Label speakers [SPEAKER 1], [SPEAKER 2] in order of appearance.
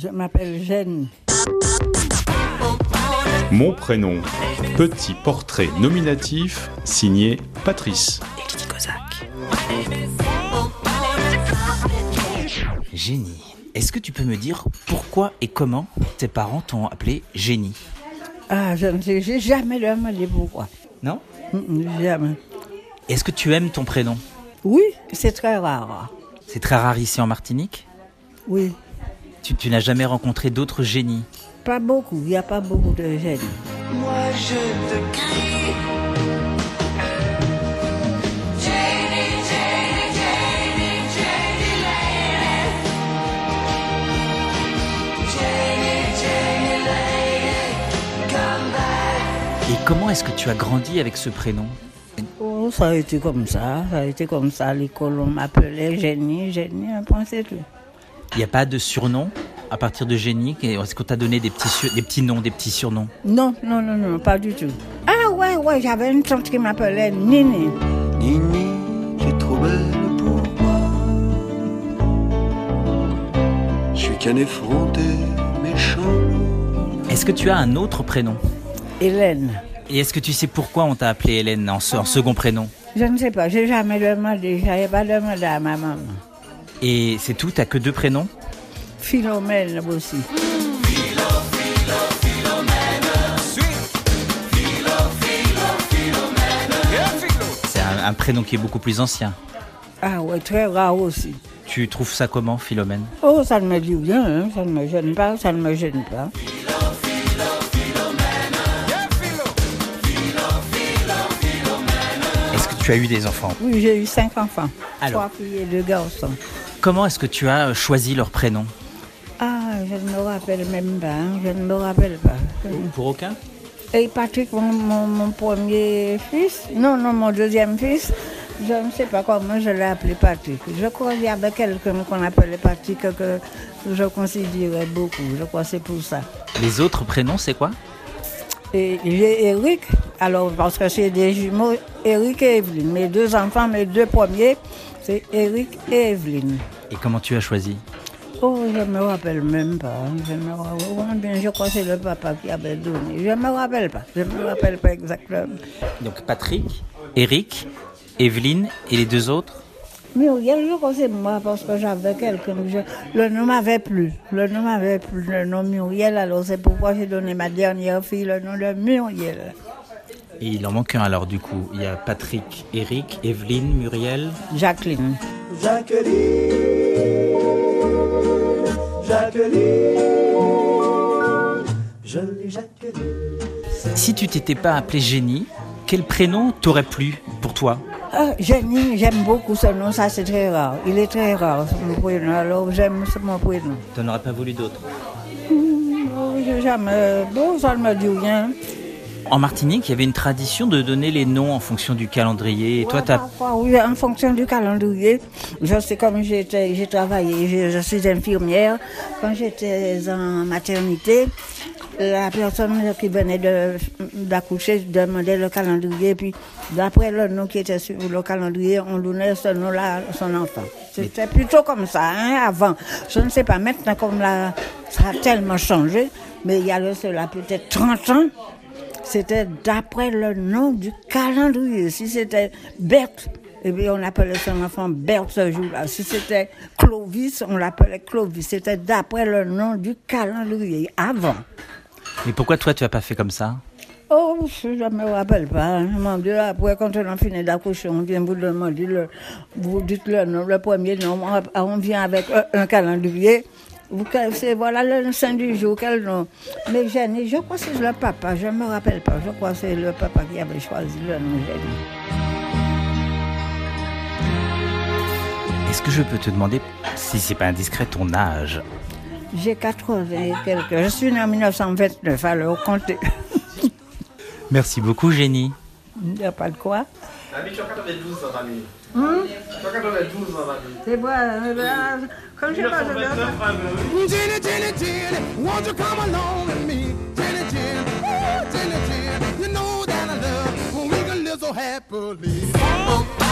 [SPEAKER 1] je m'appelle Jeanne.
[SPEAKER 2] Mon prénom. Petit portrait nominatif signé Patrice.
[SPEAKER 3] Génie. Est-ce que tu peux me dire pourquoi et comment tes parents t'ont appelé Génie
[SPEAKER 1] Ah, je ne sais j'ai jamais l'homme à moi.
[SPEAKER 3] Non
[SPEAKER 1] Jamais.
[SPEAKER 3] Est-ce que tu aimes ton prénom
[SPEAKER 1] Oui, c'est très rare.
[SPEAKER 3] C'est très rare ici en Martinique.
[SPEAKER 1] Oui,
[SPEAKER 3] Tu, tu n'as jamais rencontré d'autres génies.
[SPEAKER 1] pas beaucoup, il n'y a pas beaucoup de jeunes.
[SPEAKER 4] Moi je te crie. Jenny, Jenny, Jenny, Jenny Lady. Jenny, Jenny Lady, come back.
[SPEAKER 3] Et comment est-ce que tu as grandi avec ce prénom
[SPEAKER 1] Oh, ça a été comme ça, ça a été comme ça. À l'école, on m'appelait Génie, Génie, un point, c'est tout.
[SPEAKER 3] Il n'y a pas de surnom à partir de Génie Et Est-ce qu'on t'a donné des petits, sur- des petits noms, des petits surnoms
[SPEAKER 1] Non, non, non, non, pas du tout. Ah ouais, ouais, j'avais une tante qui m'appelait Nini.
[SPEAKER 4] Nini, tu es trop belle pour moi. Je suis qu'un effronté méchant.
[SPEAKER 3] Est-ce que tu as un autre prénom
[SPEAKER 1] Hélène.
[SPEAKER 3] Et est-ce que tu sais pourquoi on t'a appelé Hélène en, se- en second prénom
[SPEAKER 1] Je ne sais pas, j'ai jamais demandé, j'avais pas demandé à ma maman.
[SPEAKER 3] Et c'est tout, t'as que deux prénoms
[SPEAKER 1] Philomène aussi.
[SPEAKER 3] C'est un, un prénom qui est beaucoup plus ancien.
[SPEAKER 1] Ah ouais, très rare aussi.
[SPEAKER 3] Tu trouves ça comment, Philomène
[SPEAKER 1] Oh, ça ne me dit rien, hein, ça ne me gêne pas, ça ne me gêne pas.
[SPEAKER 3] Est-ce que tu as eu des enfants
[SPEAKER 1] Oui, j'ai eu cinq enfants,
[SPEAKER 3] Alors.
[SPEAKER 1] trois filles et deux garçons.
[SPEAKER 3] Comment est-ce que tu as euh, choisi leur prénom
[SPEAKER 1] Ah, je ne me rappelle même pas, hein, je ne me rappelle pas.
[SPEAKER 3] Pour aucun
[SPEAKER 1] Et Patrick, mon, mon- mon premier fils, non, non, mon deuxième fils, je ne sais pas comment je l'ai appelé Patrick. Je crois qu'il y avait quelqu'un qu'on appelait Patrick que je considérais beaucoup, je crois que c'est pour ça.
[SPEAKER 3] Les autres prénoms, c'est quoi
[SPEAKER 1] Et j'ai Eric, alors parce que c'est des jumeaux, Eric et Evelyne. Mes deux enfants, mes deux premiers, c'est Eric et Evelyne.
[SPEAKER 3] Et comment tu as choisi
[SPEAKER 1] Oh, je me rappelle même pas. hein, Je, me... ra- oh, bien, je crois que c'est le papa qui avait donné. Je me rappelle pas. Je me rappelle pas exactement.
[SPEAKER 3] Donc Patrick, Eric, Evelyne et les deux autres
[SPEAKER 1] Muriel, je crois que c'est moi parce que j'avais quelqu'un. que je- Le nom m'avait plus. Le nom m'avait plus. Le nom Muriel, alors c'est pourquoi j'ai donné ma dernière fille le nom de Muriel.
[SPEAKER 3] Et il en manque un alors du coup. Il y a Patrick, Eric, Evelyne, Muriel.
[SPEAKER 1] Jacqueline.
[SPEAKER 3] Si tu t'étais pas appelé Génie, quel prénom t'aurait plu pour toi
[SPEAKER 1] Ah, Jenny, j'aime beaucoup ce nom, ça c'est très rare. Il est très rare, ce mon prénom. Alors j'aime ce mon prénom.
[SPEAKER 3] T'en aurais pas voulu d'autres
[SPEAKER 1] J'aime, euh, bon, ça ne me dit rien.
[SPEAKER 3] En Martinique, il y avait une tradition de donner les noms en fonction du calendrier. Et toi, t'as...
[SPEAKER 1] Parfois, oui, en fonction du calendrier, je sais comme j'étais, j'ai travaillé, je, je suis infirmière. Quand j'étais en maternité, la personne qui venait de, d'accoucher demandait le calendrier, puis d'après le nom qui était sur le calendrier, on donnait ce nom-là à son enfant. C'était plutôt comme ça, hein, avant. Je ne sais pas, maintenant, comme la, ça a tellement changé, mais il y a de cela peut-être 30 ans, c'était d'après le nom du calendrier. Si c'était Berthe, eh bien, on appelait son enfant Berthe ce jour-là. Si c'était Clovis, on l'appelait Clovis. C'était d'après le nom du calendrier, avant.
[SPEAKER 3] Mais pourquoi toi, tu as pas fait comme ça
[SPEAKER 1] Oh, je ne me rappelle pas. hein. Mon Dieu, après, quand on a fini d'accoucher, on vient vous demander, le, vous dites le nom, le premier nom, on, on vient avec un, un calendrier. Vous connaissez, voilà le saint du jour, quel nom. Mais Jenny, je crois que c'est le papa, je ne me rappelle pas. Je crois que c'est le papa qui avait choisi le nom Jenny.
[SPEAKER 3] Est-ce que je peux te demander, si c'est pas indiscret, ton âge
[SPEAKER 1] J'ai 80 et quelques. Je suis née en 1929, alors comptez.
[SPEAKER 3] Merci beaucoup, Génie.
[SPEAKER 1] Il n'y a pas de quoi. Hein?
[SPEAKER 5] Ami, tu as 92 ans, Ami. Tu as 92 ans, Ami.
[SPEAKER 1] C'est vrai, hein, comme je pas de
[SPEAKER 5] 29 ans, oui.
[SPEAKER 6] Jenny, Jenny, Jenny, won't you come along with me? Jenny, Jenny, ooh, Jenny, Jenny, you know that I love when we can live so happily.